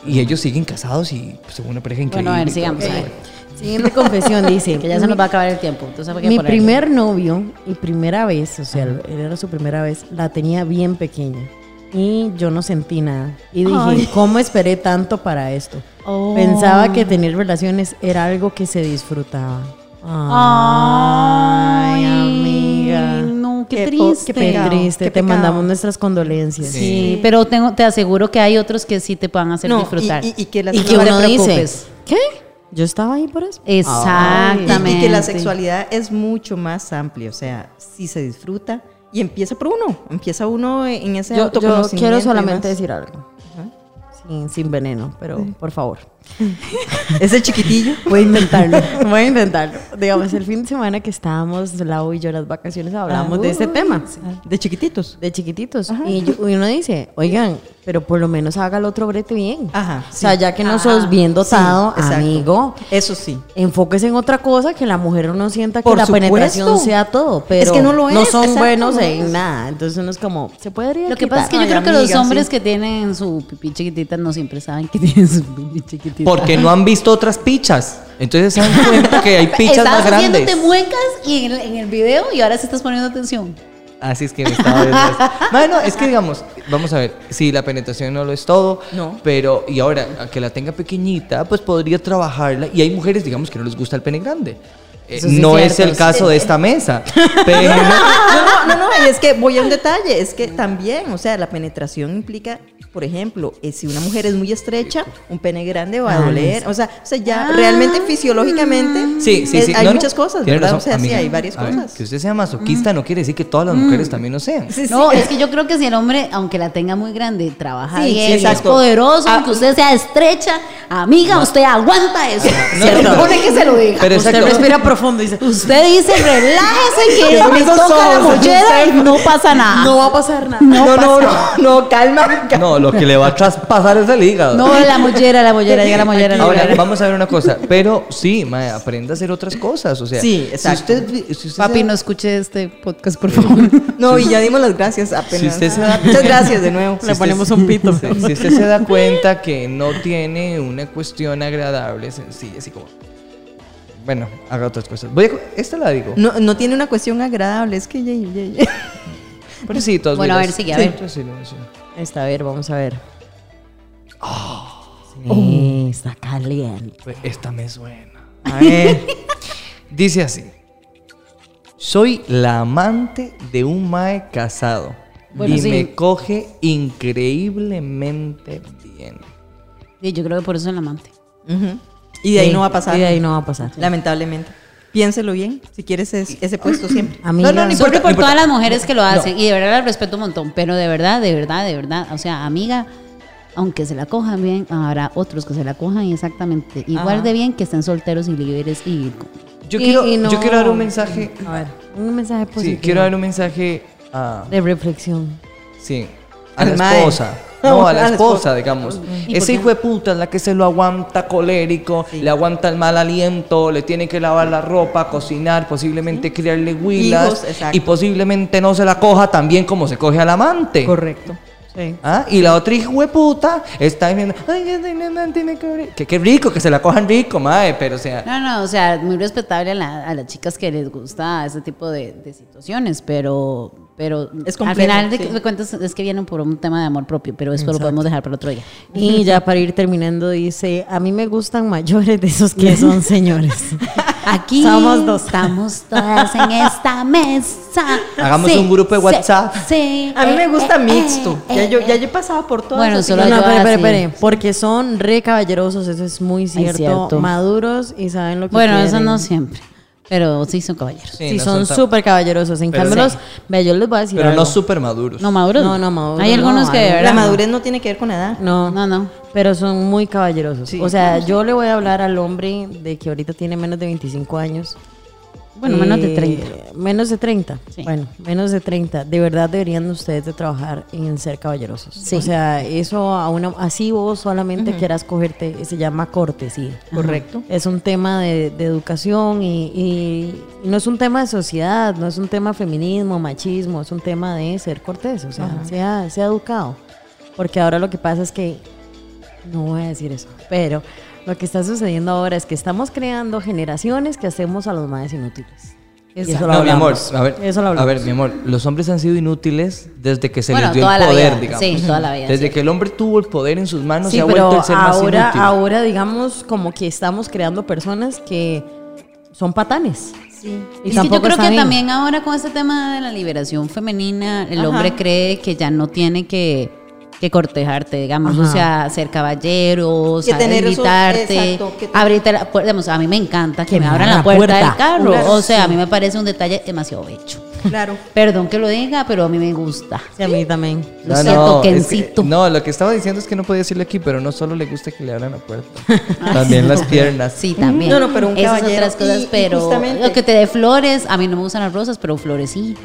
Y ellos siguen casados y pues, son una pareja increíble. Bueno, a ver, y todo. sigamos. a ver. Siguiente confesión dice. Que ya se nos va a acabar el tiempo. Entonces, ¿para qué Mi ponerlo? primer novio y primera vez, o sea, él era su primera vez, la tenía bien pequeña. Y yo no sentí nada. Y dije, ¿cómo esperé tanto para esto? Oh. Pensaba que tener relaciones era algo que se disfrutaba. Ay, Ay, amiga. No, qué, Qué po- triste. qué Qué pecado, triste, qué te pecado. mandamos nuestras condolencias. Sí, pero tengo, te aseguro que hay otros que sí te pueden hacer No, y- disfrutar. y- y que la- Y No que te uno dice, preocupes. ¿qué? Yo estaba ahí por eso. Y- Exactamente. Y que la sexualidad es mucho más amplia, o sea, si se disfruta y empieza por uno, empieza uno en ese Yo, yo autoconocimiento. quiero y solamente más. decir algo. Sin, sin veneno, pero por favor. Ese chiquitillo. Voy a intentarlo, voy a intentarlo. Digamos, el fin de semana que estábamos, Lau y yo, las vacaciones, hablamos de ese Ah, uy, tema, De chiquititos. de chiquititos. Y yo- y uno dice, oigan, pero por lo menos haga el otro brete bien. Ajá, Ah, O sea, ya que no sos bien dotado, Sí, exacto. amigo, Eso sí. enfóquese en otra cosa que la mujer no sienta que Por la supuesto. penetración sea todo, pero Es que no lo es, son exacto, buenos no lo en es. nada. Entonces uno es como, se puede Lo que pasa es que yo Ay, creo que los amiga, hombres sí. que tienen su pipí chiquitita no siempre saben que tienen su pipí chiquitita. Porque no han visto otras pichas. Entonces se dan cuenta que hay pichas Estabas más grandes. haciéndote muecas y en el, en el video y ahora sí estás poniendo atención. Así es que me estaba viendo esto. Bueno, es que digamos, vamos a ver, si la penetración no lo es todo, No. pero y ahora, a que la tenga pequeñita, pues podría trabajarla. Y hay mujeres, digamos, que no les gusta el pene grande. Eh, Eso sí es no es cierto. el caso de esta mesa, pero No, no, no, no, y es que voy a un detalle, es que también, o sea, la penetración implica, por ejemplo, eh, si una mujer es muy estrecha, un pene grande va a doler, o sea, o sea Ah. ya realmente fisiológicamente sí, sí, eh, sí. hay no, no, muchas cosas, tiene ¿verdad? razón, o sea, sí, amiga. hay varias A ver, cosas. Que usted sea masoquista no quiere decir que todas las mujeres también lo sean. Sí, sí. No, es que yo creo que si el hombre, aunque la tenga muy grande, trabaja Sí, bien, sí, es exacto. poderoso, Ah. aunque usted sea estrecha, amiga, usted aguanta eso. se no. supone que se lo diga. Pero Usted exacto. respira profundo y dice, Usted dice, relájese, que ella me esos toca la ojos, mollera y no pasa nada. no va a pasar nada. No, no, no, no, calma. calma. No, lo que le va a traspasar es el hígado. No, la mollera, la mollera, llega la mollera. la Ahora, mollera. vamos a ver una cosa, pero sí, mae, aprenda a hacer otras cosas, o sea, Sí, exacto. si usted, vi- si usted Papi, se- no escuche este podcast, por favor. No, y ya dimos las gracias apenas. Ah, Si usted se da- Muchas gracias de nuevo. Si usted- un pito. si- Si usted se da cuenta que no tiene una cuestión agradable, sencilla, así como. Bueno, haga otras cosas. Voy a co- esta la digo. Mm. No, no tiene una cuestión agradable, es que ya, ya- ya. Pero sí, todos Bueno, a ver, sigue, sí, pues a ver. sí, sí, sí. Está, a ver, vamos a ver. Oh. Eh, Está caliente. Pues, Esta me suena. Dice así: Soy la amante de un mae casado. Bueno, y sí. me coge increíblemente bien. Y yo creo que por eso es el amante. Ujú. Y de ahí Sí, no va a pasar. Y de ahí no va a pasar. Lamentablemente. Piénselo bien, si quieres es- ese puesto siempre. Amiga, No, no, ni- Solo importa, por no todas las importa. mujeres que lo hacen. Y de verdad la respeto un montón. Pero de verdad, de verdad, de verdad. O sea, amiga, aunque se la cojan bien, habrá otros que se la cojan exactamente igual Ajá. de bien que estén solteros y libres y. Yo, Y- quiero, y no- yo quiero dar un mensaje. a ver, un mensaje positivo. Sí, quiero dar un mensaje a. De reflexión. Sí. A Al la mae. esposa. No, a la esposa, digamos. Ese hijo de puta es la que se lo aguanta colérico, le aguanta el mal aliento, le tiene que lavar la ropa, cocinar, posiblemente criarle Hijos, huilas. exacto. y posiblemente no se la coja tan bien como se coge al amante. Correcto. Sí. ¿Ah? Y la otra hijo de puta está diciendo, ay, ya tiene- ya tiene que abrir". Que qué rico, que se la cojan rico, mae, pero o sea. No, no, o sea, muy respetable a, la- a las chicas que les gusta ese tipo de, de situaciones, pero, pero Es al complejo, final de, sí. de cuentas es que vienen por un tema de amor propio, pero esto lo podemos dejar para otro día. Y ya para ir terminando, dice: A mí me gustan mayores de esos que son señores. Aquí Somos dos. estamos todas en esta mesa. Hagamos un grupo de WhatsApp. sí, A mí me eh, gusta eh, mixto. eh, Ya yo, eh, ya yo he pasado por todo. Bueno, solo No, no, yo espere, así. espere, espere, Porque son re caballerosos, eso es muy cierto. cierto. Maduros y saben lo que Bueno, quieren. eso no siempre, pero sí son caballeros. Sí, Sí, no son tan- súper caballerosos. En Pero cambio, sí. los. Vea, yo les voy a decir. Pero algo. no súper maduros. No, maduros. No, no, maduros Hay algunos no, que de hay- verdad. La no. madurez no tiene que ver con la edad. No, No, no. Pero son muy caballerosos. Sí. O sea, yo le voy a hablar al hombre de que ahorita tiene menos de 25 años. Bueno, menos de Eh, 30. Menos de 30. Sí. Bueno, menos de 30. De verdad deberían ustedes de trabajar en ser caballerosos. O sea, eso a una, así vos solamente quieras cogerte, se llama cortesía. Correcto. Es un tema de, de educación y, y- y no es un tema de sociedad, no es un tema de feminismo, machismo, es un tema de ser cortés, o sea, sea, sea educado. Porque ahora lo que pasa es que, no voy a decir eso, pero lo que está sucediendo ahora es que estamos creando generaciones que hacemos a los más inútiles. Y eso lo No, mi amor, hablamos. a ver, Eso lo a hablamos. ver, mi amor, los hombres han sido inútiles desde que se Bueno, les dio toda el la poder, vida, digamos. sí, toda la vida, Desde sí. que el hombre tuvo el poder en sus manos sí, se ha vuelto pero el ser más ahora, inútil. ahora digamos como que estamos creando personas que son patanes. Sí. Y Es que tampoco yo creo está que bien. también ahora con este tema de la liberación femenina, el Ajá. hombre cree que ya no tiene que, que cortejarte, digamos, o Ajá. sea, ser caballero, Que saber tener esos- invitarte, exacto, que te- abrirte la puerta, digamos, a mí me encanta que, me abran la puerta, del carro, o sea, a mí me parece un detalle demasiado hecho. Claro. Perdón que lo diga, pero a mí me gusta. Sí, a mí también. Lo siento, es que- Kencito. no, lo que estaba diciendo es que no podía decirlo aquí, pero no solo le gusta que le abran la puerta, también las piernas. Sí, también. No, no, pero un Esas caballero. otras cosas, Y- y pero justamente- lo que te dé flores, a mí no me gustan las rosas, pero flores sí.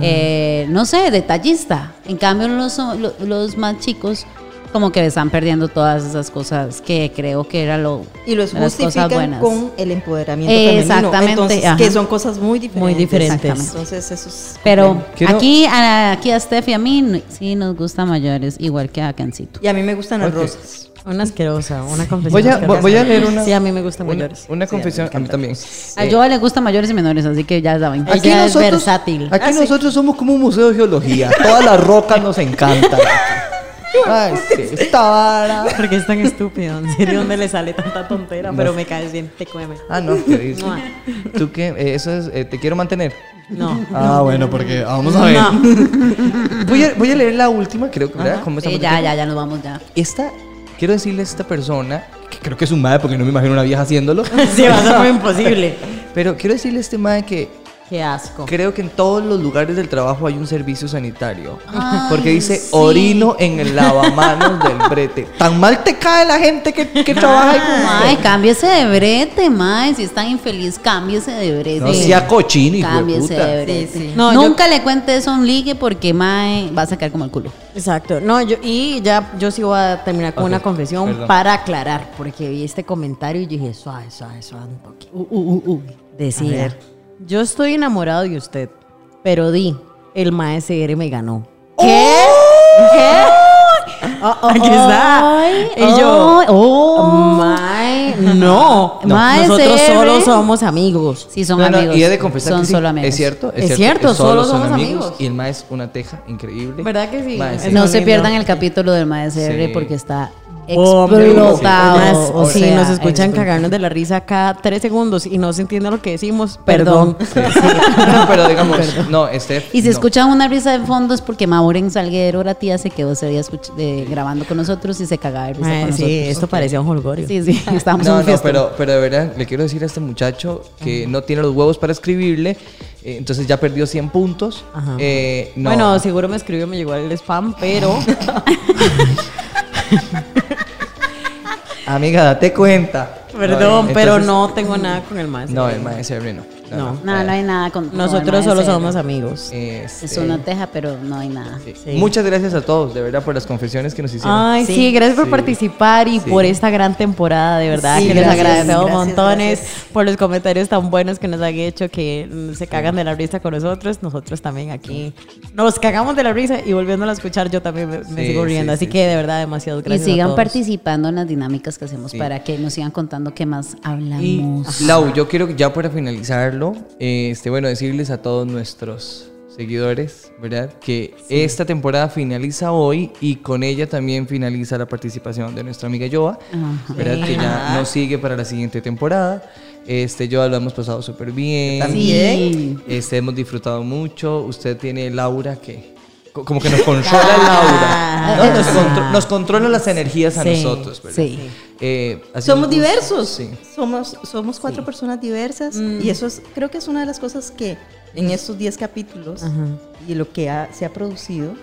Eh, no sé, detallista. En cambio, los, lo- los más chicos como que están perdiendo todas esas cosas que creo que era lo Y los de las cosas justifican buenas. con el empoderamiento Exactamente, femenino. Entonces, ajá. que son cosas muy diferentes. Muy diferentes. Exactamente. Entonces, eso es... Pero Quiero- aquí, a, aquí a Steph y a mí n- sí nos gusta mayores, igual que a Cancito. Y a mí me gustan Ok. las rosas. Una asquerosa, una confesión. Voy a, asquerosa. voy a leer una. Sí, a mí me gustan una- mayores. Una Sí, confesión, me a mí también. Eh, A Joa le gusta mayores y menores, así que ya saben. Ah, Ella es versátil. Aquí nosotros somos como un museo de geología. Todas las rocas nos encantan. Ay, sí, esta vara. encanta. Porque es tan estúpido. En serio, ¿dónde le sale tanta tontera? Pero me caes bien, te come. Ah, no, ¿qué dices? Mua. ¿Tú qué? Eh, eso es, eh, te quiero mantener. No. Ah, bueno, porque vamos a ver. Voy a, voy a leer la última, creo que, ¿verdad? Como Sí, estamos- ya, ya, ya nos vamos ya. Esta, quiero decirle a esta persona, que creo que es un madre porque no me imagino una vieja haciéndolo, Sí, va a ser muy imposible. pero quiero decirle a este madre que Qué asco. creo que en todos los lugares del trabajo hay un servicio sanitario. Ay, porque dice sí. orino en el lavamanos del brete. Tan mal te cae la gente que, que trabaja ahí con Mae, cámbiese de brete, mae. Si es tan infeliz, cámbiese de brete. No sea cochino, hijo de Cámbiese puta. de brete. Sí, sí. No, Nunca le cuente eso a un ligue porque, mae, va a sacar como el culo. Exacto. No, yo, y ya yo sí voy a terminar con Ok, una confesión perdón. para aclarar, porque vi este comentario y yo dije, suave, suave, suave un poquito. A Decía, ver. yo estoy enamorado de usted, pero di, el maestro me ganó. ¿Qué? ¿Qué? aquí está. Ay, y yo, ay, oh. "Mae, no. Mae, Nosotros CR. solo somos amigos. Sí, son No, no, amigos. y he de confesar son que sí, solo amigos. Es cierto, es, Es cierto, que solo somos amigos. Y el mae es una teja increíble. ¿Verdad que sí? Mae, Es sí. No Muy se lindo. pierdan el capítulo del maestro Sí. porque está Hombre, explotado. Más, o si sea, nos escuchan explotado. cagarnos de la risa cada tres segundos y no se entiende lo que decimos, perdón. No, pero digamos, no, este. Y si no. escuchan una risa de fondo es porque Maureen Salguero, la tía, se quedó ese día escuch- de- grabando con nosotros y se cagaba de risa Mae, con Eh, sí, nosotros. esto parecía un holgorio. Sí, sí, estábamos en No, un no, fiesta. pero, pero de verdad, le quiero decir a este muchacho que no tiene los huevos para escribirle, eh, entonces ya perdió 100 puntos. Ajá. Eh, no. Bueno, seguro me escribió, me llegó el spam, pero Amiga, date cuenta. perdón, eh, pero entonces- no tengo nada con el más. No, el mae CR no. No. No, eh, no hay nada con. con Nosotros el solo maestro. somos amigos. Este, Es una teja, pero no hay nada. sí. Sí. Este, Ah, Muchas gracias a todos, de verdad, por las confesiones que nos hicieron. Ay, sí, gracias por Sí. participar y por esta gran temporada, de verdad, Sí, que les gracias, agradecemos gracias, montones gracias. por los comentarios tan buenos que nos han hecho, que mm, se cagan de la risa con nosotros, nosotros también aquí nos cagamos de la risa y volviéndola a escuchar yo también me, me Sí, sigo sí, riendo, así sí, que de verdad, demasiado gracias. y a sigan todos. participando en las dinámicas que hacemos Sí. para que nos sigan contando qué más Y, hablamos. Lau, yo quiero que ya para finalizarlo, este, bueno, decirles a todos nuestros seguidores, ¿verdad? Que esta temporada finaliza hoy y con ella también finaliza la participación de nuestra amiga Joa, Ajá. ¿verdad? Que ya nos sigue para la siguiente temporada. Este, Joa, lo hemos pasado súper bien. Sí. Este, hemos disfrutado mucho. Usted tiene Laura que... co- Como que nos controla Laura. ¿no? Nos, contro- nos controla las energías a Sí, nosotros, ¿verdad? sí. Eh, así Somos nos gusta, diversos. Sí. Somos, somos cuatro personas diversas. Mm. Y eso es, creo que es una de las cosas que en estos 10 capítulos y lo que ha- se ha producido,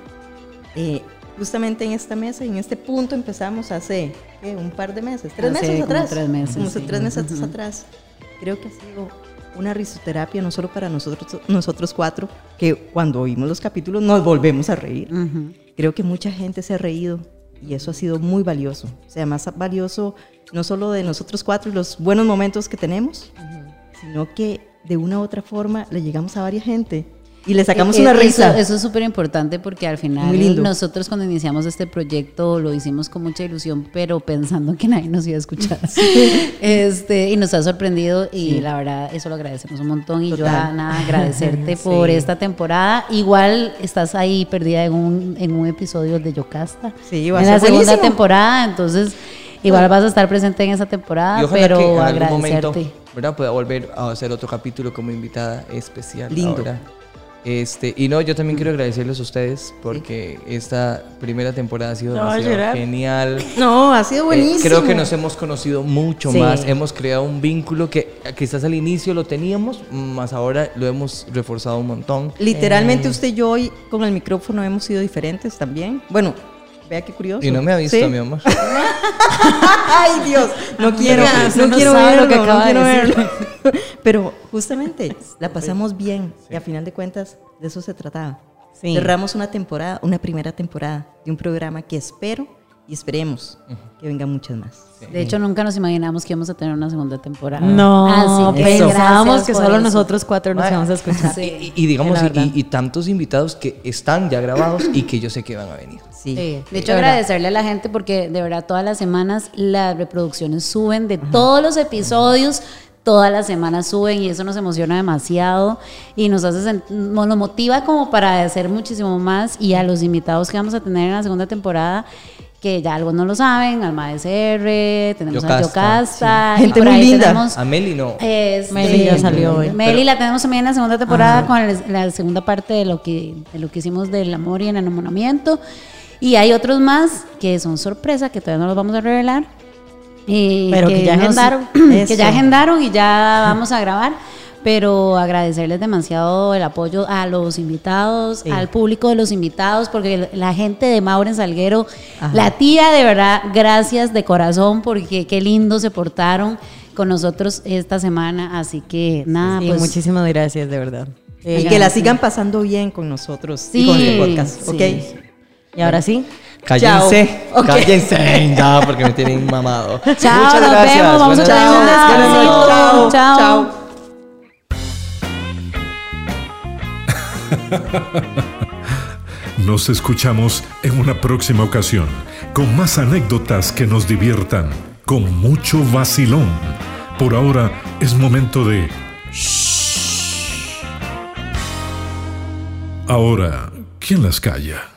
eh, justamente en esta mesa y en este punto empezamos hace ¿qué? un par de meses, tres Hace meses como atrás. tres meses, Como sí. tres meses atrás. Creo que ha sido una risoterapia no solo para nosotros, nosotros cuatro, que cuando oímos los capítulos nos volvemos a reír. Ujú. Creo que mucha gente se ha reído y eso ha sido muy valioso. O sea, más valioso no solo de nosotros cuatro y los buenos momentos que tenemos, sino que de una u otra forma le llegamos a varias gente y le sacamos Eh, una eh, risa. Eso, eso es súper importante porque al Muy final lindo. nosotros cuando iniciamos este proyecto lo hicimos con mucha ilusión, pero pensando que nadie nos iba a escuchar. este, y nos ha sorprendido y la verdad eso lo agradecemos un montón. Y yo, Total. Ana, agradecerte por esta temporada. Igual estás ahí perdida en un, en un episodio de Yocasta. Sí, va a en ser la segunda buenísimo. temporada, entonces igual vas a estar presente en esa Ah, temporada, Y ojalá pero que en algún agradecerte. momento ¿verdad? pueda volver a hacer otro capítulo como invitada especial. Lindo. ahora. Este, y no, yo también Mm. quiero agradecerles a ustedes porque esta primera temporada ha sido No, demasiado llorar. genial. No, ha sido Eh, buenísimo. creo que nos hemos conocido mucho Sí. más, hemos creado un vínculo que quizás al inicio lo teníamos, más ahora lo hemos reforzado un montón. Eh. Literalmente usted y yo hoy con el micrófono hemos sido diferentes también. Bueno, vea qué curioso. Y no me ha visto, Sí. mi amor. Ay, Dios, no quiero, Oiga, no, usted no quiero sabe verlo, lo que no acaba de quiero decir. verlo. Pero justamente la pasamos bien y a final de cuentas de eso se trataba. Sí. Cerramos una temporada, una primera temporada de un programa que espero y esperemos que vengan muchas más. De hecho, nunca nos imaginamos que íbamos a tener una segunda temporada. No, Así Ah, que pensábamos gracias que por solo eso. nosotros cuatro nos Mae, íbamos a escuchar. Sí. Y, y digamos, Sí, la y- y, verdad. y tantos invitados que están ya grabados y que yo sé que van a venir. Sí. Sí. De de hecho, verdad. agradecerle a la gente porque de verdad todas las semanas las reproducciones suben de todos los episodios. Todas las semanas suben y eso nos emociona demasiado y nos hace sent- nos nos motiva como para hacer muchísimo más y a los invitados que vamos a tener en la segunda temporada que ya algunos lo saben, Alma SR, tenemos a Yocasta, Yocasta, sí. y Gente por muy ahí linda. tenemos- A Meli no. Este, Meli ya salió hoy. Ah. Meli la tenemos también en la segunda temporada con el- la segunda parte de lo, que, de lo que hicimos del amor y el enamoramiento. Y hay otros más que son sorpresa, que todavía no los vamos a revelar. y Pero que ya nos- agendaron. que Eso. ya agendaron y ya vamos a grabar. Pero agradecerles demasiado el apoyo a los invitados, al público de los invitados, porque la gente de Mauren Salguero, la tía, de verdad, gracias de corazón, porque qué lindo se portaron con nosotros esta semana. Así que nada, Sí, pues. muchísimas gracias, de verdad. Eh, Y que la sigan pasando bien con nosotros y Sí, con el podcast, sí. ¿ok? Y ahora sí. Cállense, Ok. cállense ya porque me tienen mamado. Chao, Muchas nos gracias. vemos. Vamos a Buenas tener un noches. Buenas noches. descansito. Chao. Chao. Chao. Nos escuchamos en una próxima ocasión con más anécdotas que nos diviertan con mucho vacilón. Por ahora es momento de... Shh. Ahora, ¿quién las calla?